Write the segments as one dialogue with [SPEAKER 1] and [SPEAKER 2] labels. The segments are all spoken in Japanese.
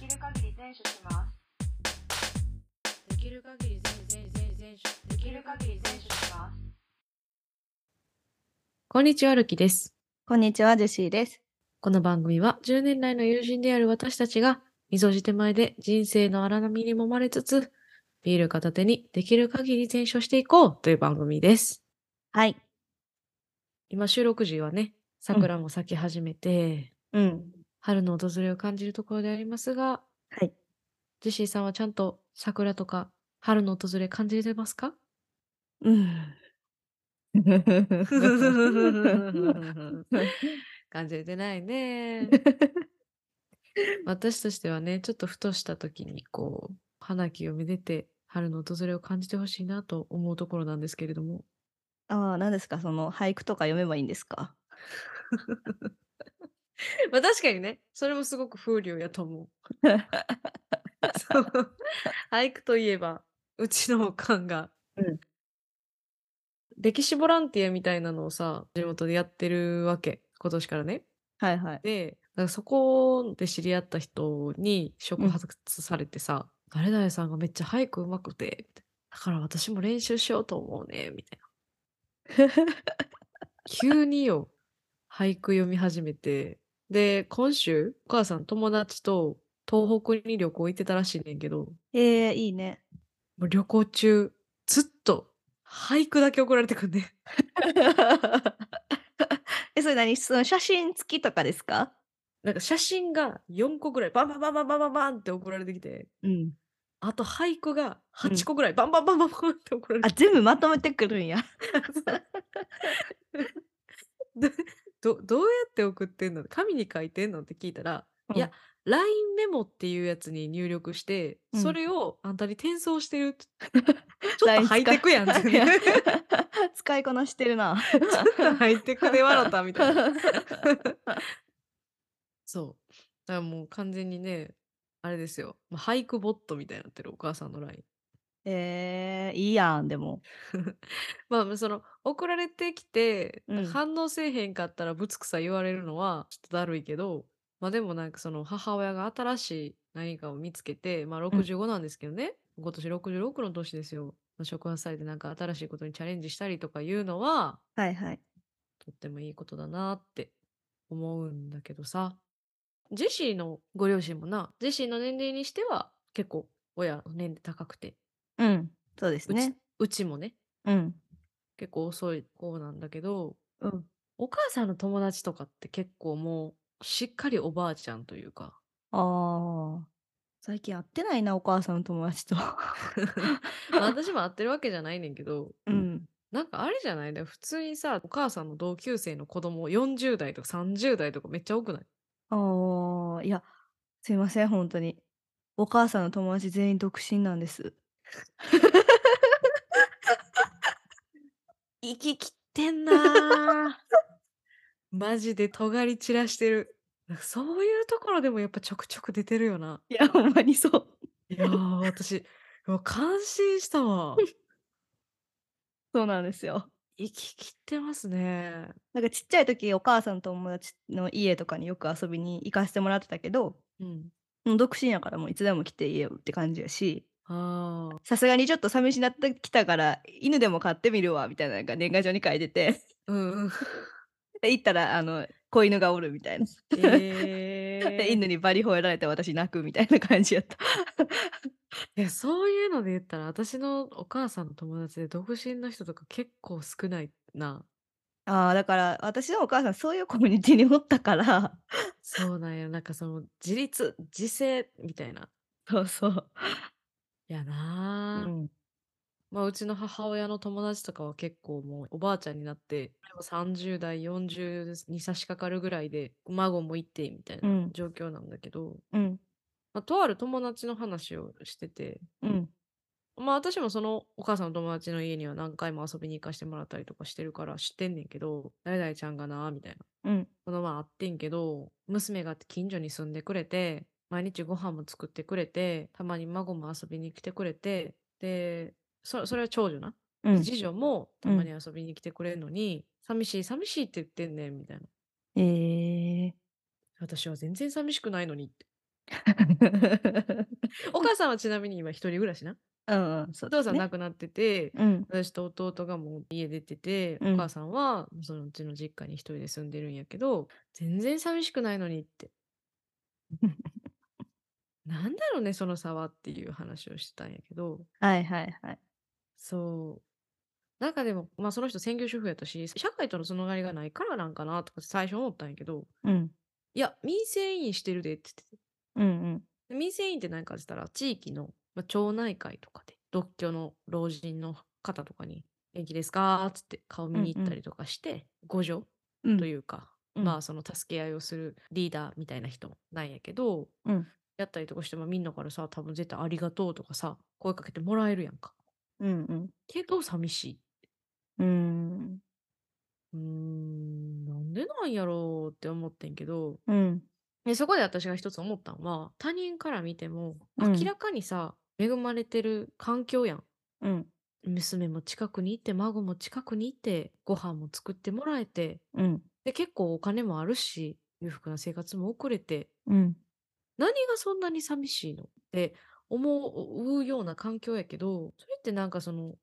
[SPEAKER 1] 全種します
[SPEAKER 2] できる限り全全全全
[SPEAKER 1] できる限り全種します
[SPEAKER 2] こんにちは、るきです。
[SPEAKER 3] こんにちは、ジェシーです。
[SPEAKER 2] この番組は10年来の友人である私たちが、溝じ手前で人生の荒波に揉まれつつ、ビール片手にできる限り全書していこうという番組です。
[SPEAKER 3] はい。
[SPEAKER 2] 今収録時はね、桜も咲き始めて、
[SPEAKER 3] うん。
[SPEAKER 2] 春の訪れを感じるところでありますが、
[SPEAKER 3] はい。
[SPEAKER 2] ジェシーさんはちゃんと桜とか春の訪れ感じてますか
[SPEAKER 3] うん。
[SPEAKER 2] 感じてないね。 私としてはね、ちょっとふとした時にこう、花木をめでて、春の訪れを感じてほしいなと思うところなんですけれども。
[SPEAKER 3] ああ、何ですかその俳句とか読めばいいんですか
[SPEAKER 2] まあ確かにね、それもすごく風流やと思う。 そう 俳句といえば、うちのおかんが、
[SPEAKER 3] うん
[SPEAKER 2] 歴史ボランティアみたいなのをさ、地元でやってるわけ、今年からね。
[SPEAKER 3] はいはい。
[SPEAKER 2] で、だからそこで知り合った人に触発されてさ、誰々さんがめっちゃ俳句うまくて、みたいなだから私も練習しようと思うね、みたいな。急によ、俳句読み始めて、で、今週、お母さん友達と東北に旅行行ってたらしいねんけど、も
[SPEAKER 3] ええいい ね。
[SPEAKER 2] う旅行中、ずっと俳句だけ送られてくんねん。
[SPEAKER 3] え、それ何その写真付きとかですか
[SPEAKER 2] なんか写真が4個ぐらい、バンバンバンバンバンバンバンって送られてきて、
[SPEAKER 3] うん。
[SPEAKER 2] あと俳句が
[SPEAKER 3] うん
[SPEAKER 2] 8個ぐらい、バンバンバンバンバンって怒られ
[SPEAKER 3] あ、
[SPEAKER 2] て
[SPEAKER 3] 全部まとめてくるんや。
[SPEAKER 2] でどどうやって送ってんの紙に書いてんのって聞いたら、
[SPEAKER 3] うん
[SPEAKER 2] いや LINE メモっていうやつに入力して、
[SPEAKER 3] うん
[SPEAKER 2] それをあんたに転送してるって ちょっと
[SPEAKER 3] LINE 使
[SPEAKER 2] ハ
[SPEAKER 3] い
[SPEAKER 2] イテクやんって
[SPEAKER 3] い や
[SPEAKER 2] ねち
[SPEAKER 3] 使いこなしてるな。
[SPEAKER 2] ょっとハイテクで笑ったみたい なそうだからもう完全にねあれですよもう俳句ボットみたいになってるお母さんの LINE
[SPEAKER 3] ええいいやん、でも。
[SPEAKER 2] まあその送られてきて、
[SPEAKER 3] うん
[SPEAKER 2] 反応せえへんかったらぶつくさ言われるのはちょっとだるいけどまあでもなんかその母親が新しい何かを見つけてまあ65なんですけどね、今年66の年ですよまあ触発されてなんか新しいことにチャレンジしたりとかいうのは
[SPEAKER 3] はいはい。
[SPEAKER 2] とってもいいことだなって思うんだけどさジェシーのご両親もなジェシーの年齢にしては結構親の年齢高くて
[SPEAKER 3] うん。そうですね。
[SPEAKER 2] うちもね
[SPEAKER 3] うん。
[SPEAKER 2] 結構遅い方なんだけど
[SPEAKER 3] うん。
[SPEAKER 2] お母さんの友達とかって結構もうしっかりおばあちゃんというか
[SPEAKER 3] ああ。最近会ってないな、お母さんの友達 と。
[SPEAKER 2] まあ私も会ってるわけじゃないねんけど
[SPEAKER 3] うん。
[SPEAKER 2] なんかあれじゃないだから普通にさお母さんの同級生の子供40代とか30代とかめっちゃ多くない
[SPEAKER 3] ああ、いや、すいません、本当に。お母さんの友達全員独身なんです。
[SPEAKER 2] 生ききってんなー マジで尖り散らしてるなんかそういうところでもやっぱちょくちょく出てるよない
[SPEAKER 3] や、ほんまにそう。
[SPEAKER 2] いやー私うわ感心した わ
[SPEAKER 3] そうなんですよ。
[SPEAKER 2] 生ききってますね
[SPEAKER 3] なんかちっちゃい時、お母さんの友達の家とかによく遊びに行かせてもらってたけど、
[SPEAKER 2] うん
[SPEAKER 3] もう独身やからもういつでも来ていいよって感じやし、
[SPEAKER 2] ああ
[SPEAKER 3] さすがにちょっと寂しなってきたから、犬でも飼ってみるわ、みたいなのが年賀状に書いてて、
[SPEAKER 2] うん うん
[SPEAKER 3] で行ったら、あの、子犬がおるみたいな。
[SPEAKER 2] えー
[SPEAKER 3] で犬にバリ吠えられて私泣くみたいな感じやった。
[SPEAKER 2] いや、そういうので言ったら、私のお母さんの友達で独身の人とか結構少ないな。
[SPEAKER 3] ああ、だから私のお母さんそういうコミュニティにおったから、
[SPEAKER 2] そうなんや。なんかその、自立、自制みたいな。
[SPEAKER 3] そうそう。
[SPEAKER 2] や
[SPEAKER 3] う
[SPEAKER 2] なあ、
[SPEAKER 3] ん、、
[SPEAKER 2] まあ、うちの母親の友達とかは結構もうおばあちゃんになって、30代、40に差し掛かるぐらいで、孫もいて、みたいうなん状況なんだけど、
[SPEAKER 3] うん、
[SPEAKER 2] まあ、とある友達の話をしてて、
[SPEAKER 3] うん、
[SPEAKER 2] まあ私もそのお母さんの友達の家には何回も遊びに行かしてもらったりとかしてるから知ってんねんけど、誰々ちゃんがな、みたいな。
[SPEAKER 3] うん、
[SPEAKER 2] この前会ってんけど、娘が近所に住んでくれて、毎日ご飯も作ってくれて、たまに孫も遊びに来てくれて、で、そそれは長女な。
[SPEAKER 3] う
[SPEAKER 2] で
[SPEAKER 3] ん。
[SPEAKER 2] 次女もた
[SPEAKER 3] うん
[SPEAKER 2] まに遊びに来てくれるのに、寂しい、寂しいって言ってんねん、みたいな。
[SPEAKER 3] えー、
[SPEAKER 2] 私は全然寂しくないのにって。お母さんはちなみに今一人暮らしな。
[SPEAKER 3] うんうん、
[SPEAKER 2] お
[SPEAKER 3] そう
[SPEAKER 2] 父
[SPEAKER 3] です
[SPEAKER 2] さん
[SPEAKER 3] ね。
[SPEAKER 2] 亡くなってて、
[SPEAKER 3] うん、
[SPEAKER 2] 私と弟がもう家出てて、
[SPEAKER 3] うん
[SPEAKER 2] お母さんはそのうちの実家に一人で住んでるんやけど、全然寂しくないのに って。なんだろうね、その差はっていう話をしてたんやけど、
[SPEAKER 3] はいはいはい。
[SPEAKER 2] そう。なんかでも、まあその人専業主婦やったし、社会とのつながりがないからなんかなとか最初思ったんやけど、
[SPEAKER 3] うん、
[SPEAKER 2] いや、民生委員してるでって言ってて
[SPEAKER 3] うん
[SPEAKER 2] で民生委員って何かって言ったら地域の、まあ、町内会とかで独居の老人の方とかに「元気ですか?」っつって顔見に行ったりとかして、互助
[SPEAKER 3] うん。うん
[SPEAKER 2] というか、
[SPEAKER 3] うん
[SPEAKER 2] まあその助け合いをするリーダーみたいな人なんやけど、
[SPEAKER 3] うん
[SPEAKER 2] やったりとかしてもみんなからさ多分絶対「ありがとう」とかさ声かけてもらえるやんか
[SPEAKER 3] うん
[SPEAKER 2] けど寂しい。
[SPEAKER 3] うん。
[SPEAKER 2] う
[SPEAKER 3] うん。
[SPEAKER 2] ーんなんでなんやろうって思ってんけど
[SPEAKER 3] うん。
[SPEAKER 2] でそこで私が一つ思ったのは他人から見ても
[SPEAKER 3] うん
[SPEAKER 2] 明らかにさ、恵まれてる環境やん
[SPEAKER 3] うん。
[SPEAKER 2] 娘も近くにいて孫も近くにいてご飯も作ってもらえて
[SPEAKER 3] うん。
[SPEAKER 2] で結構お金もあるし裕福な生活も送れて
[SPEAKER 3] うん。
[SPEAKER 2] 何がそんなに寂しいのって思うような環境やけどそれってなんかその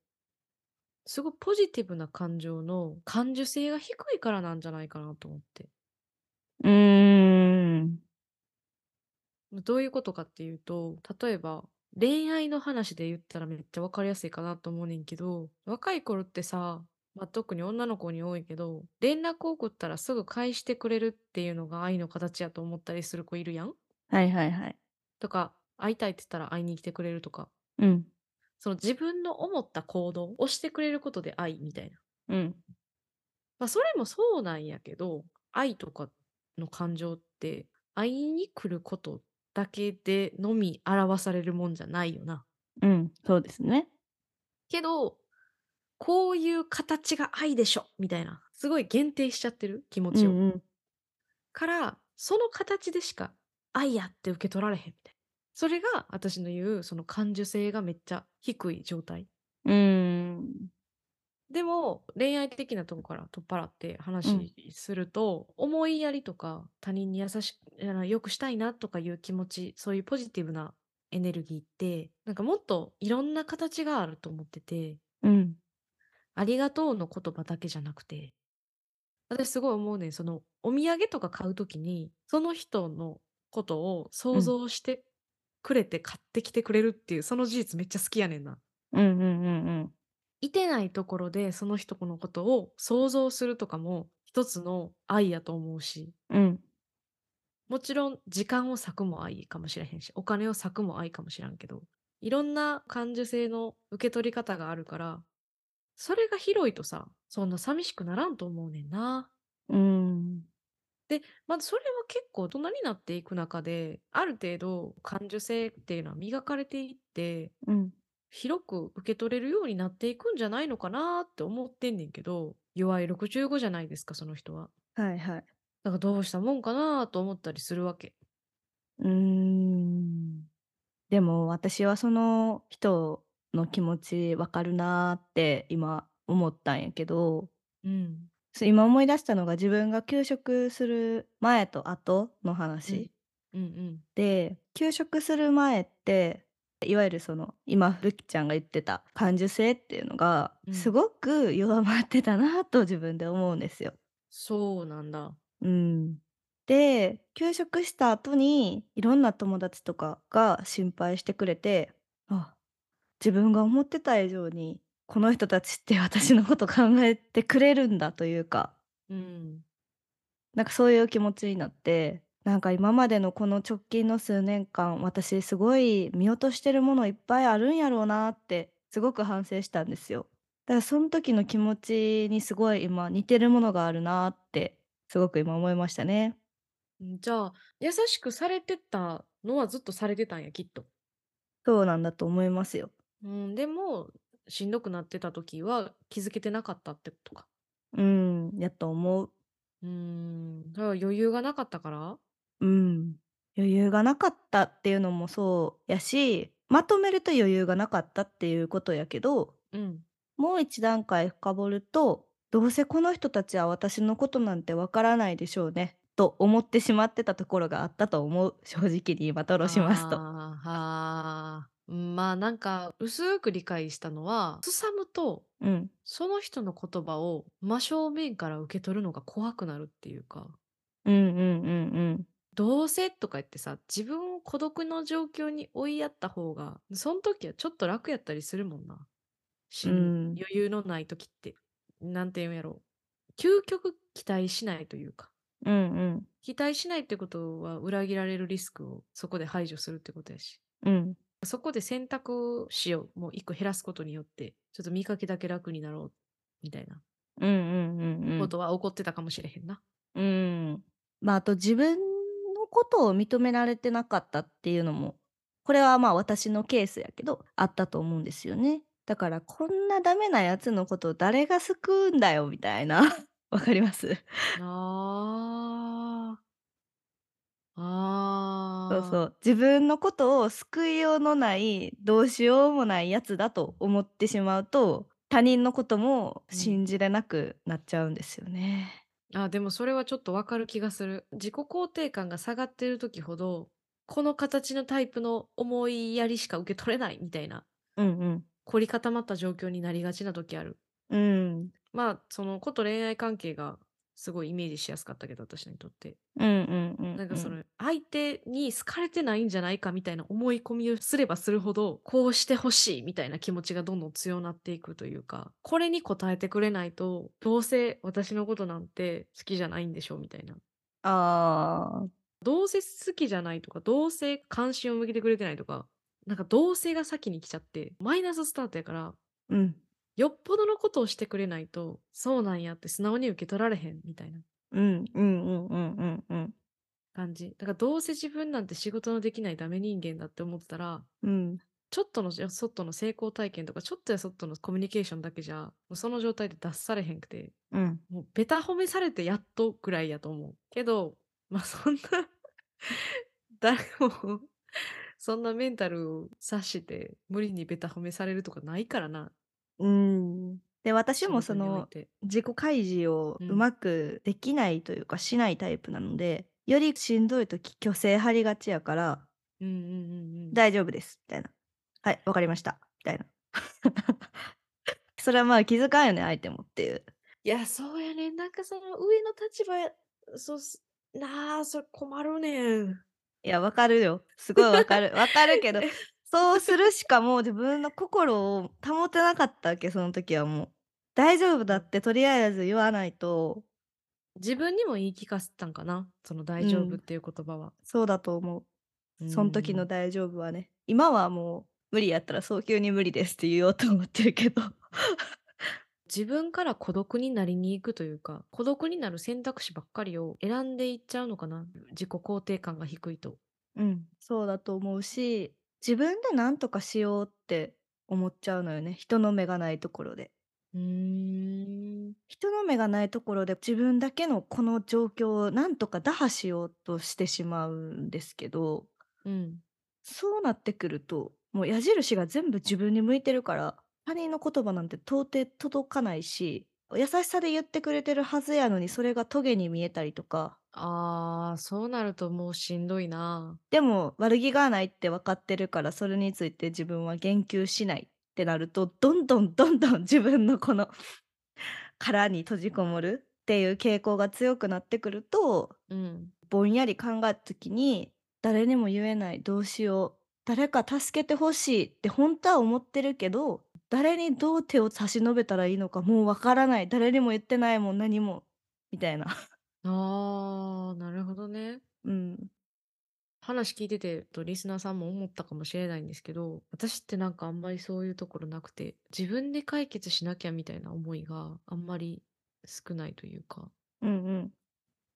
[SPEAKER 2] すごいポジティブな感情の感受性が低いからなんじゃないかなと思って
[SPEAKER 3] うーん。
[SPEAKER 2] どういうことかっていうと例えば恋愛の話で言ったらめっちゃ分かりやすいかなと思うねんけど若い頃ってさ、まあ、特に女の子に多いけど連絡を送ったらすぐ返してくれるっていうのが愛の形やと思ったりする子いるやん
[SPEAKER 3] はいはいはい。
[SPEAKER 2] とか会いたいって言ったら会いに来てくれるとか
[SPEAKER 3] うん。
[SPEAKER 2] その自分の思った行動をしてくれることで愛みたいな、
[SPEAKER 3] うん。
[SPEAKER 2] まあ、それもそうなんやけど愛とかの感情って会いに来ることだけでのみ表されるもんじゃないよな
[SPEAKER 3] うん。そうですね。
[SPEAKER 2] けどこういう形が愛でしょみたいなすごい限定しちゃってる気持
[SPEAKER 3] う
[SPEAKER 2] ちを、
[SPEAKER 3] んうん。
[SPEAKER 2] からその形でしか愛やって受け取られへんみたいなそれが私の言うその感受性がめっちゃ低い状態
[SPEAKER 3] うーん。
[SPEAKER 2] でも恋愛的なとこから取っ払って話すると、思いやりとか他人に優しくあの良くしたいなとかいう気持ちそういうポジティブなエネルギーってなんかもっといろんな形があると思ってて
[SPEAKER 3] うん。
[SPEAKER 2] ありがとうの言葉だけじゃなくて、私すごい思うねん、そのお土産とか買うときに、その人のことを想像してくれて買ってきてくれるっていう、その事実めっちゃ好きやねんな。
[SPEAKER 3] うんうんうんうん。
[SPEAKER 2] いてないところでその人のことを想像するとかも一つの愛やと思うし、
[SPEAKER 3] うん。
[SPEAKER 2] もちろん時間を割くも愛かもしれへんし、お金を割くも愛かもしらんけど、いろんな感受性の受け取り方があるから、それが広いとさ、そんな寂しくならんと思うねんな。
[SPEAKER 3] うん。
[SPEAKER 2] まずそれは結構大人になっていく中で、ある程度感受性っていうのは磨かれていって、
[SPEAKER 3] うん。
[SPEAKER 2] 広く受け取れるようになっていくんじゃないのかなって思ってんねんけど、弱い65じゃないですか、その人は。
[SPEAKER 3] はいはい。
[SPEAKER 2] だからどうしたもんかなと思ったりするわけ。
[SPEAKER 3] うーん。でも私はその人の気持ちわかるなーって今思ったんやけど、
[SPEAKER 2] うん。
[SPEAKER 3] そう今思い出したのが自分が休職する前と後の話。
[SPEAKER 2] うんうん。
[SPEAKER 3] で休職する前っていわゆるその今ルキちゃんが言ってた感受性っていうのが
[SPEAKER 2] うん
[SPEAKER 3] すごく弱まってたなと自分で思うんですよ。
[SPEAKER 2] そうなんだ。
[SPEAKER 3] うん、で休職した後にいろんな友達とかが心配してくれてあ自分が思ってた以上にこの人たちって 私のこと考えてくれるんだというか
[SPEAKER 2] うん。
[SPEAKER 3] なんかそういう気持ちになってなんか今までのこの直近の数年間私すごい見落としてるものいっぱいあるんやろうなってすごく反省したんですよ。だからその時の気持ちにすごい今似てるものがあるなってすごく今思いましたね。
[SPEAKER 2] んじゃあ、優しくされてたのはずっとされてたんや、きっと。
[SPEAKER 3] そうなんだと思いますよ。
[SPEAKER 2] うん、でも、しんどくなってた時は気づけてなかったってことか。
[SPEAKER 3] うんやと思う。
[SPEAKER 2] うん、それは余裕がなかったから
[SPEAKER 3] うん余裕がなかったっていうのもそうやしまとめると余裕がなかったっていうことやけど
[SPEAKER 2] うん。
[SPEAKER 3] もう一段階深掘るとどうせこの人たちは私のことなんてわからないでしょうねと思ってしまってたところがあったと思う正直に今とろしますと。
[SPEAKER 2] あーはーまあなんか薄く理解したのはすさむと
[SPEAKER 3] うん、
[SPEAKER 2] その人の言葉を真正面から受け取るのが怖くなるっていうか
[SPEAKER 3] うんうんうん
[SPEAKER 2] どうせとか言ってさ自分を孤独の状況に追いやった方がその時はちょっと楽やったりするもんなし、
[SPEAKER 3] うん
[SPEAKER 2] 余裕のない時ってなんて言うんやろ究極期待しないというか
[SPEAKER 3] うんうん
[SPEAKER 2] 期待しないってことは裏切られるリスクをそこで排除するってことやし
[SPEAKER 3] うんうん
[SPEAKER 2] そこで選択肢をもう一個減らすことによってちょっと見かけだけ楽になろうみたいな
[SPEAKER 3] うんうんうんう
[SPEAKER 2] こ
[SPEAKER 3] ん
[SPEAKER 2] とは起こってたかもしれへんな。
[SPEAKER 3] うんまああと自分のことを認められてなかったっていうのもこれはまあ私のケースやけどあったと思うんですよねだからこんなダメなやつのことを誰が救うんだよみたいな わかります
[SPEAKER 2] ああ。あ
[SPEAKER 3] そう
[SPEAKER 2] あ。。
[SPEAKER 3] そうう自分のことを救いようのないどうしようもないやつだと思ってしまうと他人のことも
[SPEAKER 2] うん
[SPEAKER 3] 信じれなくなっちゃうんですよね。
[SPEAKER 2] あでもそれはちょっとわかる気がする。自己肯定感が下がってる時ほどこの形のタイプの思いやりしか受け取れないみたいな
[SPEAKER 3] うんうん
[SPEAKER 2] 凝り固まった状況になりがちな時ある。
[SPEAKER 3] うん
[SPEAKER 2] まあそのこと恋愛関係がすごいイメージしやすかったけど私にとって。
[SPEAKER 3] うんうんうんうん
[SPEAKER 2] なんかその相手に好かれてないんじゃないかみたいな思い込みをすればするほどこうしてほしいみたいな気持ちがどんどん強なっていくというかこれに応えてくれないとどうせ私のことなんて好きじゃないんでしょうみたいな
[SPEAKER 3] あー
[SPEAKER 2] どうせ好きじゃないとかどうせ関心を向けてくれてないとかなんか同性が先に来ちゃってマイナススタートやから
[SPEAKER 3] うん
[SPEAKER 2] よっぽどのことをしてくれないとそうなんやって素直に受け取られへんみたいな
[SPEAKER 3] うんうんうんうんうんうん
[SPEAKER 2] 感じだからどうせ自分なんて仕事のできないダメ人間だって思ってたら
[SPEAKER 3] うん
[SPEAKER 2] ちょっとのやそっとの成功体験とか、ちょっとやそっとのコミュニケーションだけじゃ、もうその状態で出されへんくて、
[SPEAKER 3] うん
[SPEAKER 2] もうベタ褒めされてやっとぐらいやと思う。けど、 まあそんな、誰も、 そんなメンタルを察して、無理にベタ褒めされるとかないからな。
[SPEAKER 3] うんで私もそ
[SPEAKER 2] 仕事におい
[SPEAKER 3] の
[SPEAKER 2] て
[SPEAKER 3] 自己開示を
[SPEAKER 2] うん
[SPEAKER 3] うまくできないというかしないタイプなので、よりしんどい時虚勢張りがちやから
[SPEAKER 2] うんうんうんうん。
[SPEAKER 3] 大丈夫ですみたいなはいわかりましたみたいな それはまあ気遣うよね相手もっていう
[SPEAKER 2] いや、そうやねん。なんかその上の立場や、そうす、なあ、それ困るねん。
[SPEAKER 3] いやわかるよすごいわかるわかるけどそうするしかもう自分の心を保てなかったわけその時はもう大丈夫だってとりあえず言わないと
[SPEAKER 2] 自分にも言い聞かせたんかな。その大丈
[SPEAKER 3] う
[SPEAKER 2] 夫
[SPEAKER 3] ん
[SPEAKER 2] っていう言葉は。
[SPEAKER 3] そうだと思うその時
[SPEAKER 2] う
[SPEAKER 3] の
[SPEAKER 2] ん
[SPEAKER 3] 大丈夫はね今はもう無理やったら早急に無理ですって言おうと思ってるけど
[SPEAKER 2] 自分から孤独になりに行くというか孤独になる選択肢ばっかりを選んでいっちゃうのかな自己肯定感が低いと。
[SPEAKER 3] うんそうだと思うし自分で何とかしようって思っちゃうのよね人の目がないところで
[SPEAKER 2] うーん
[SPEAKER 3] 人の目がないところで自分だけのこの状況をなんとか打破しようとしてしまうんですけど
[SPEAKER 2] うん
[SPEAKER 3] そうなってくるともう矢印が全部自分に向いてるから他人の言葉なんて到底届かないし優しさで言ってくれてるはずやのにそれがトゲに見えたりとか
[SPEAKER 2] あーそうなるともうしんどいな。
[SPEAKER 3] でも悪気がないって分かってるからそれについて自分は言及しないってなるとどんどんどんどん自分のこの 殻に閉じこもるっていう傾向が強くなってくると
[SPEAKER 2] うん
[SPEAKER 3] ぼんやり考えた時に誰にも言えないどうしよう誰か助けてほしいって本当は思ってるけど誰にどう手を差し伸べたらいいのかもうわからない誰にも言ってないもん何もみたいな。
[SPEAKER 2] あーなるほどね。
[SPEAKER 3] うん、
[SPEAKER 2] 話聞いててとリスナーさんも思ったかもしれないんですけど私ってなんかあんまりそういうところなくて自分で解決しなきゃみたいな思いがあんまり少ないというか
[SPEAKER 3] うんうん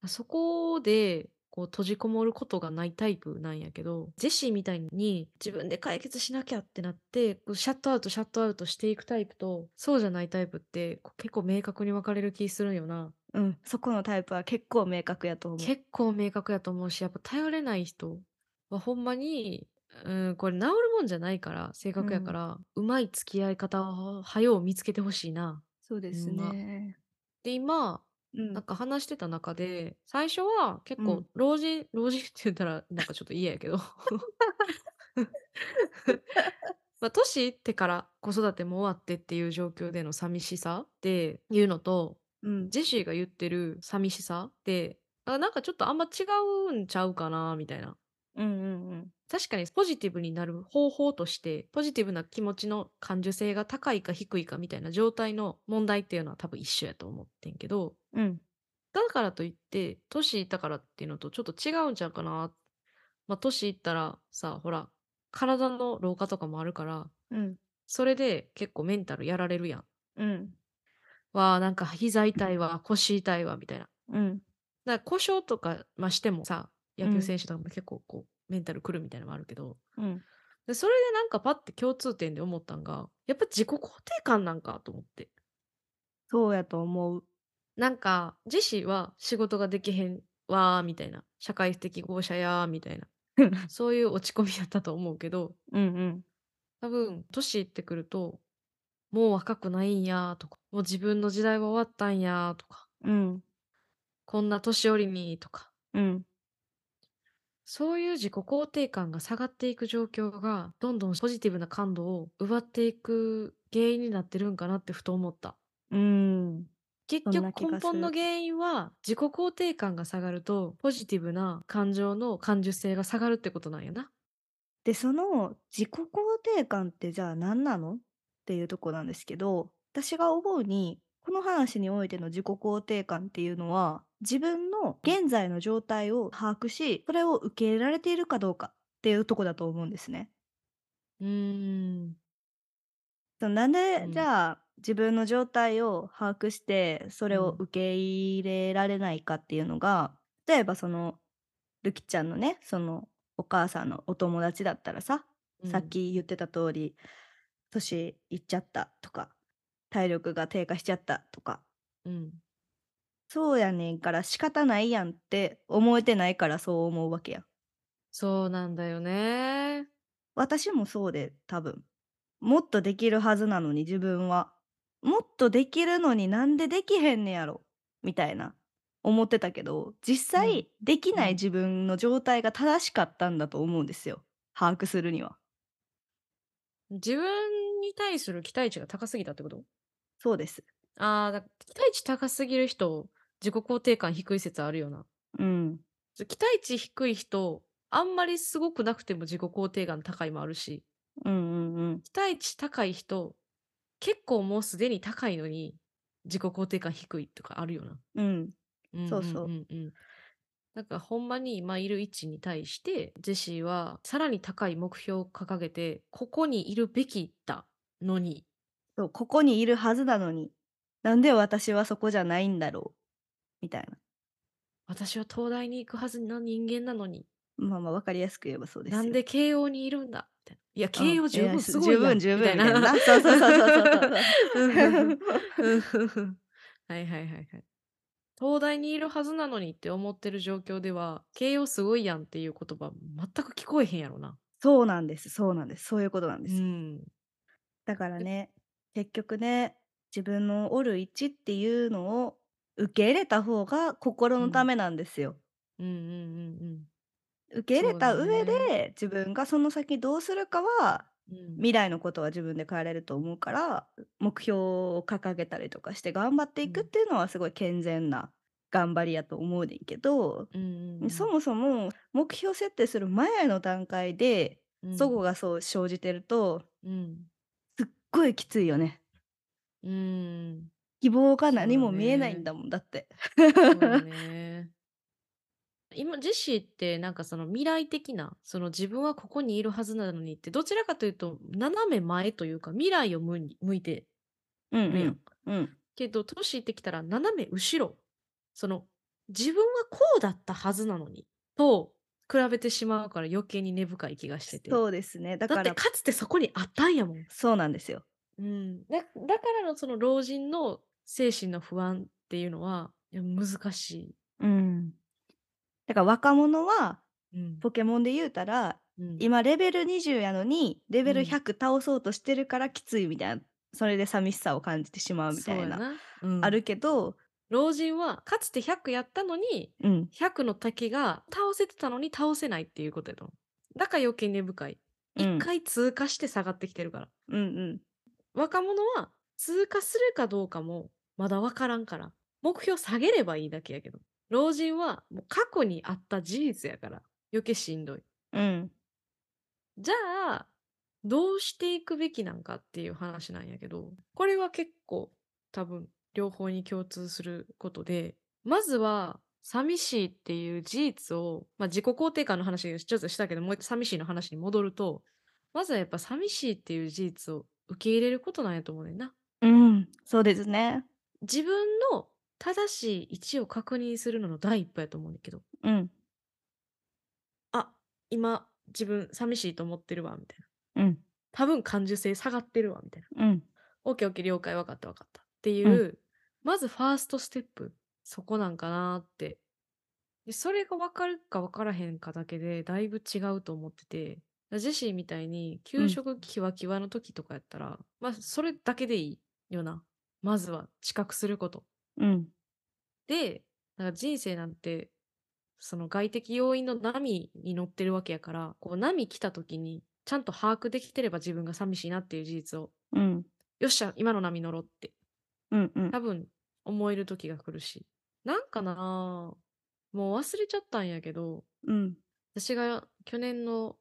[SPEAKER 2] そこでこう閉じこもることがないタイプなんやけどジェシーみたいに自分で解決しなきゃってなってこうシャットアウトシャットアウトしていくタイプとそうじゃないタイプってこう結構明確に分かれる気するんよな
[SPEAKER 3] うん、そこのタイプは結構明確やと思う。
[SPEAKER 2] 結構明確やと思うしやっぱ頼れない人はほんまに、うん、これ治るもんじゃないから性格やから、うまい付き合い方をはよう見つけてほしいな
[SPEAKER 3] そうです
[SPEAKER 2] うんま
[SPEAKER 3] ね。
[SPEAKER 2] で今
[SPEAKER 3] うん
[SPEAKER 2] なんか話してた中で、最初は結
[SPEAKER 3] う
[SPEAKER 2] 構
[SPEAKER 3] ん
[SPEAKER 2] 老人、老人って言ったらなんかちょっと嫌やけど。 まあ、年いってから子育ても終わってっていう状況での寂しさっていうのと、
[SPEAKER 3] うん
[SPEAKER 2] ジェシーが言ってる寂しさって、あなんかちょっとあんま違うんちゃうかな、みたいな。
[SPEAKER 3] うんうんうん
[SPEAKER 2] 確かにポジティブになる方法としてポジティブな気持ちの感受性が高いか低いかみたいな状態の問題っていうのは多分一緒やと思ってんけど
[SPEAKER 3] うん
[SPEAKER 2] だからといって年いったからっていうのとちょっと違うんちゃうかなまあ年いったらさほら体の老化とかもあるから
[SPEAKER 3] うん
[SPEAKER 2] それで結構メンタルやられるやん
[SPEAKER 3] うん
[SPEAKER 2] わあなんか膝痛いわ腰痛いわみたいな
[SPEAKER 3] うん
[SPEAKER 2] だから故障とか、まあ、してもさ野
[SPEAKER 3] う
[SPEAKER 2] 球
[SPEAKER 3] ん
[SPEAKER 2] 選手とかも結構こうメンタルくるみたいなのもあるけど、
[SPEAKER 3] うん
[SPEAKER 2] でそれでなんかパッて共通点で思ったんがやっぱ自己肯定感なんかと思って
[SPEAKER 3] そうやと思う
[SPEAKER 2] なんかジェシーは仕事ができへんわーみたいな社会的合者やーみたいなそういう落ち込みやったと思うけど
[SPEAKER 3] うんうん
[SPEAKER 2] 多分年いってくるともう若くないんやーとかもう自分の時代は終わったんやーとか
[SPEAKER 3] うん
[SPEAKER 2] こんな年寄りにとか
[SPEAKER 3] うん
[SPEAKER 2] そういう自己肯定感が下がっていく状況がどんどんポジティブな感度を奪っていく原因になってるんかなってふと思った。
[SPEAKER 3] うん
[SPEAKER 2] 結
[SPEAKER 3] そんな気
[SPEAKER 2] 局
[SPEAKER 3] が
[SPEAKER 2] 根本の
[SPEAKER 3] す
[SPEAKER 2] 原因は自己肯定感が下がるとポジティブな感情の感受性が下がるってことなんやな。
[SPEAKER 3] でその自己肯定感ってじゃあ何なのっていうとこなんですけど私が思うにこの話においての自己肯定感っていうのは自分の現在の状態を把握しそれを受け入れられているかどうかっていうとこだと思うんですね。
[SPEAKER 2] うーん
[SPEAKER 3] そのなんで、
[SPEAKER 2] うん
[SPEAKER 3] じゃあ自分の状態を把握してそれを
[SPEAKER 2] うん
[SPEAKER 3] 受け入れられないかっていうのが、例えばそのるきちゃんのねそのお母さんのお友達だったらささっ、き言ってた通り年いっちゃったとか体力が低下しちゃったとか
[SPEAKER 2] うんうん
[SPEAKER 3] そうやねんから仕方ないやんって思えてないからそう思うわけやん
[SPEAKER 2] そうなんだよね。
[SPEAKER 3] 私もそうで多分もっとできるはずなのに自分はもっとできるのになんでできへんねやろみたいな思ってたけど実際、
[SPEAKER 2] うん
[SPEAKER 3] でき
[SPEAKER 2] う
[SPEAKER 3] ない
[SPEAKER 2] ん
[SPEAKER 3] 自分の状態が正しかったんだと思うんですよ把握するには
[SPEAKER 2] 自分に対する期待値が高すぎたってこと
[SPEAKER 3] そうです
[SPEAKER 2] ああ、だ期待値高すぎる人、自己肯定感低い説あるよな。
[SPEAKER 3] うん
[SPEAKER 2] 期待値低い人、あんまりすごくなくても自己肯定感高いもあるし、
[SPEAKER 3] うんうんうん
[SPEAKER 2] 期待値高い人、結構もうすでに高いのに自己肯定感低いとかあるよな。
[SPEAKER 3] うん
[SPEAKER 2] そ
[SPEAKER 3] そうそうん
[SPEAKER 2] うんなんかほんまに今いる位置に対してジェシーはさらに高い目標を掲げてここにいるべきだのに
[SPEAKER 3] そうここにいるはずなのになんで私はそこじゃないんだろうみたいな
[SPEAKER 2] 私は東大に行くはずの人間なのに
[SPEAKER 3] まあまあ分かりやすく言えばそうですよ
[SPEAKER 2] なんで慶応にいるんだみたいないや
[SPEAKER 3] うん
[SPEAKER 2] 慶応十
[SPEAKER 3] いや
[SPEAKER 2] 分すごい
[SPEAKER 3] 十
[SPEAKER 2] やん
[SPEAKER 3] 分十分みたいな
[SPEAKER 2] み
[SPEAKER 3] そうそうそうそうそう そう
[SPEAKER 2] たいなうんはいはいはいはい。東大にいるはずなのにって思ってる状況では慶応すごいやんっていう言葉全く聞こえへんやろな。
[SPEAKER 3] そうなんですそうなんですそういうことなんです、
[SPEAKER 2] ん、
[SPEAKER 3] だからね結局ね自分のおる位置っていうのを受け入れた方が心のためなんですよ、
[SPEAKER 2] うんうんうん
[SPEAKER 3] 受け入れた上で、
[SPEAKER 2] そうだ
[SPEAKER 3] 自分がその先どうするかは
[SPEAKER 2] うんうん。
[SPEAKER 3] 未来のことは自分で変えれると思うから目標を掲げたりとかして頑張っていく
[SPEAKER 2] う
[SPEAKER 3] っ
[SPEAKER 2] ん
[SPEAKER 3] ていうのはすごい健全な頑張りやと思うねんけど、
[SPEAKER 2] うんうんうん、
[SPEAKER 3] そもそも目標設定する前の段階で
[SPEAKER 2] うん
[SPEAKER 3] そごがそう生じてると
[SPEAKER 2] うん。
[SPEAKER 3] すっごいきついよね
[SPEAKER 2] うん。
[SPEAKER 3] 希望
[SPEAKER 2] そ
[SPEAKER 3] が
[SPEAKER 2] うだ
[SPEAKER 3] 何も見えない
[SPEAKER 2] ね
[SPEAKER 3] んだもんだって。
[SPEAKER 2] そう だね。今、ジェシーって、なんかその未来的な、その自分はここにいるはずなのにって、どちらかというと、斜め前というか、未来を向い向いて
[SPEAKER 3] うん
[SPEAKER 2] るやん。
[SPEAKER 3] うんうん
[SPEAKER 2] けど、年いってきたら、斜め後ろ。その、自分はこうだったはずなのに、と、比べてしまうから余計に根深い気がしてて。
[SPEAKER 3] そうですねだ
[SPEAKER 2] だ
[SPEAKER 3] か
[SPEAKER 2] って
[SPEAKER 3] ら
[SPEAKER 2] かつてそこにあったんやもん。
[SPEAKER 3] そうなんですよ。
[SPEAKER 2] うん、だだからのその老人の精神の不安っていうのはいや難し。
[SPEAKER 3] うん、だから若者はい
[SPEAKER 2] うん
[SPEAKER 3] ポケモンで言うたら
[SPEAKER 2] うん
[SPEAKER 3] 今レベル20やのにレベル
[SPEAKER 2] うん
[SPEAKER 3] 100倒そうとしてるからきついみたいな、それで寂しさを感じてしまうみたい
[SPEAKER 2] そう
[SPEAKER 3] な
[SPEAKER 2] やな、うん
[SPEAKER 3] あるけど
[SPEAKER 2] 老人はかつて100やったのに
[SPEAKER 3] うん
[SPEAKER 2] 100の竹が倒せてたのに倒せないっていうことやと思う。だから余計根深い。
[SPEAKER 3] うん
[SPEAKER 2] 一回通過して下がってきてるから。
[SPEAKER 3] うんうん
[SPEAKER 2] 若者は通過するかどうかもまだ分からんから目標下げればいいだけやけど老人はもう過去にあった事実やから余計しんどい
[SPEAKER 3] うん
[SPEAKER 2] じゃあどうしていくべきなんかっていう話なんやけどこれは結構多分両方に共通することでまずは寂しいっていう事実を、まあ、自己肯定感の話ちょっとしたけどもう一回寂しいの話に戻るとまずはやっぱ寂しいっていう事実を受け入れることなんやと思うねんな。
[SPEAKER 3] うんそうですね
[SPEAKER 2] 自分の正しい位置を確認するのの第一歩やと思うんだけど、
[SPEAKER 3] うん
[SPEAKER 2] あ、今自分寂しいと思ってるわ、みたいな。
[SPEAKER 3] うん
[SPEAKER 2] 多分感受性下がってるわ、みたいな。
[SPEAKER 3] うん
[SPEAKER 2] オッケーオッケー了解分かった分かった。っていう、
[SPEAKER 3] う
[SPEAKER 2] まずファーストステップ、そこなんかなって。でそれが分かるか分からへんかだけで、だいぶ違うと思ってて、ジェシーみたいに給食キワキワの時とかやったら、まあそれだけでいいよな。まずは知覚すること。
[SPEAKER 3] うん
[SPEAKER 2] で、なんか人生なんて、その外的要因の波に乗ってるわけやから、こう波来た時に、ちゃんと把握できてれば自分が寂しいなっていう事実を、
[SPEAKER 3] うん
[SPEAKER 2] よっしゃ、今の波乗ろうって、
[SPEAKER 3] うんうん
[SPEAKER 2] 多分思える時が来るし。なんかなぁ、もう忘れちゃったんやけど、
[SPEAKER 3] うん
[SPEAKER 2] 私が去年の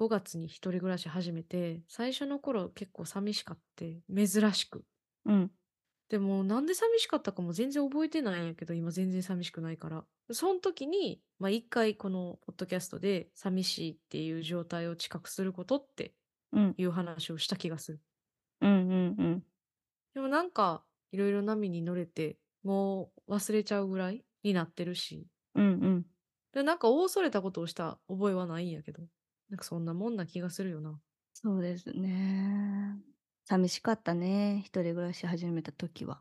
[SPEAKER 2] 5月に一人暮らし始めて、最初の頃結構寂しかって、珍しく。
[SPEAKER 3] うん
[SPEAKER 2] でもなんで寂しかったかも全然覚えてないんやけど今全然寂しくないからその時にまあ、一回このポッドキャストで寂しいっていう状態を知覚することって
[SPEAKER 3] うん
[SPEAKER 2] いう話をした気がする
[SPEAKER 3] うんうんうん
[SPEAKER 2] でもなんかいろいろ波に乗れてもう忘れちゃうぐらいになってるし
[SPEAKER 3] うんうん
[SPEAKER 2] でなんか大それたことをした覚えはないんやけどなんかそんなもんな気がするよな
[SPEAKER 3] そうですね寂しかったね一人暮らし始めた時は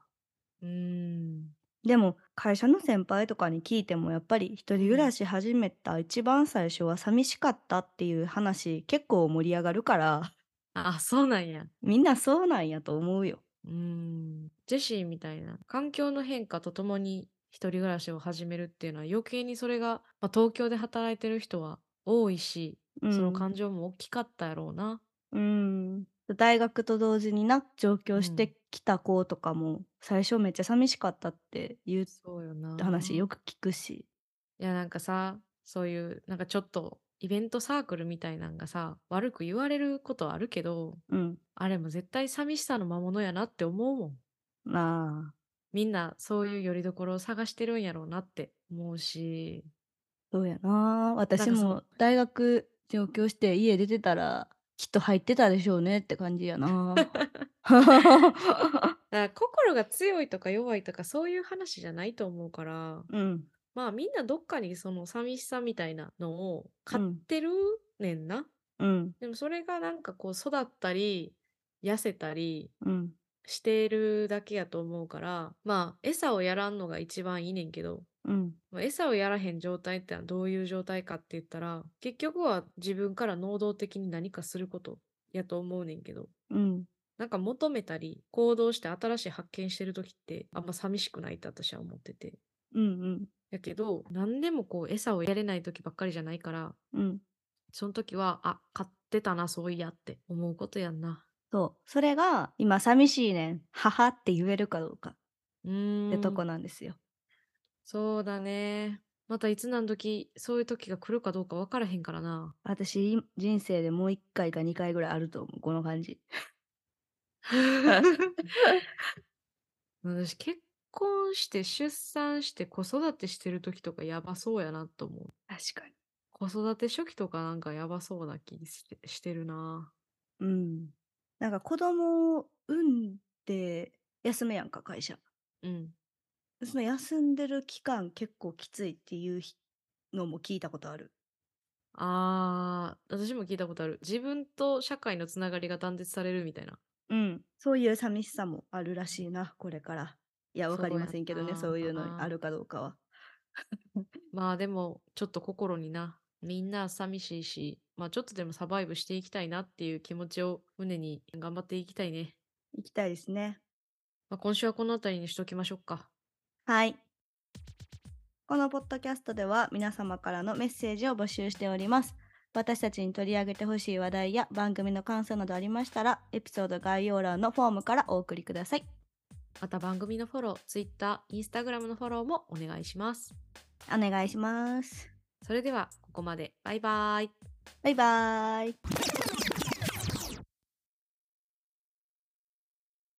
[SPEAKER 2] うーん
[SPEAKER 3] でも会社の先輩とかに聞いてもやっぱり一人暮らし始めた一番最初は寂しかったっていう話結構盛り上がるから
[SPEAKER 2] あそうなんや
[SPEAKER 3] みんなそうなんやと思うよ。
[SPEAKER 2] うーんジェシーみたいな環境の変化とともに一人暮らしを始めるっていうのは余計にそれが、まあ、東京で働いてる人は多いし、
[SPEAKER 3] うん、
[SPEAKER 2] その感情も大きかったやろうな。
[SPEAKER 3] うん大学と同時にな上京し
[SPEAKER 2] う
[SPEAKER 3] てきた子とかも最初めっちゃ寂しかったっていう
[SPEAKER 2] そうよな。
[SPEAKER 3] 話よく聞くし。
[SPEAKER 2] いやなんかさそういうなんかちょっとイベントサークルみたいなんがさ悪く言われることはあるけど
[SPEAKER 3] うん、
[SPEAKER 2] あれも絶対寂しさの魔物やなって思うもん。
[SPEAKER 3] ああ
[SPEAKER 2] みんなそういう拠り所を探してるんやろうなって思うし
[SPEAKER 3] そうやな
[SPEAKER 2] な
[SPEAKER 3] 私
[SPEAKER 2] んかその
[SPEAKER 3] も大学上京して家出てたらきっと入ってたでしょうねって感じや な。
[SPEAKER 2] だから心が強いとか弱いとかそういう話じゃないと思うから
[SPEAKER 3] うん
[SPEAKER 2] まあみんなどっかにその寂しさみたいなのを
[SPEAKER 3] う
[SPEAKER 2] 買っ
[SPEAKER 3] ん
[SPEAKER 2] てるねんな、
[SPEAKER 3] うん
[SPEAKER 2] でもそれがなんかこう育ったり痩せたり
[SPEAKER 3] うん
[SPEAKER 2] してるだけやと思うからまあ餌をやらんのが一番いいねんけど
[SPEAKER 3] うん
[SPEAKER 2] まあ餌をやらへん状態ってのはどういう状態かって言ったら結局は自分から能動的に何かすることやと思うねんけど
[SPEAKER 3] うん
[SPEAKER 2] なんか求めたり行動して新しい発見してる時ってあんま寂しくないって私は思ってて
[SPEAKER 3] うん
[SPEAKER 2] やけど何でもこう餌をやれない時ばっかりじゃないから
[SPEAKER 3] うん
[SPEAKER 2] その時はあ買ってたなそういやって思うことやんな
[SPEAKER 3] そうそれが今寂しいねん母って言えるかどうか
[SPEAKER 2] う
[SPEAKER 3] って
[SPEAKER 2] ーん
[SPEAKER 3] とこなんですよ。
[SPEAKER 2] そうだねまたいつ何時そういう時が来るかどうか分からへんからな
[SPEAKER 3] 私い人生でもう1回か2回ぐらいあると思うこの感じ。
[SPEAKER 2] 私結婚して出産して子育てしてる時とかやばそうやなと思う
[SPEAKER 3] 確かに。
[SPEAKER 2] 子育て初期とかなんかやばそうな気してしてるな
[SPEAKER 3] うん。なんか子供を産んで休めやんか会社。
[SPEAKER 2] うん
[SPEAKER 3] その休んでる期間結構きついっていうひのも聞いたことある。
[SPEAKER 2] あー私も聞いたことある自分と社会のつながりが断絶されるみたいな
[SPEAKER 3] うん。そういう寂しさもあるらしいなこれから。いやわかり
[SPEAKER 2] そうや
[SPEAKER 3] ませんけどね
[SPEAKER 2] な
[SPEAKER 3] そういうのあるかどうかは。
[SPEAKER 2] まあでもちょっと心になみんな寂しいしまあちょっとでもサバイブしていきたいなっていう気持ちを胸に頑張っていきたいね、
[SPEAKER 3] 行きたいですね。
[SPEAKER 2] まあ、今週はこの辺りにしときましょうか
[SPEAKER 3] はい。このポッドキャストでは皆様からのメッセージを募集しております。私たちに取り上げてほしい話題や番組の感想などありましたら、エピソード概要欄のフォームからお送りください。
[SPEAKER 2] また番組のフォロー、Twitter、Instagram のフォローもお願いします。
[SPEAKER 3] お願いします。
[SPEAKER 2] それではここまで。バイバイ。
[SPEAKER 3] バイバーイ。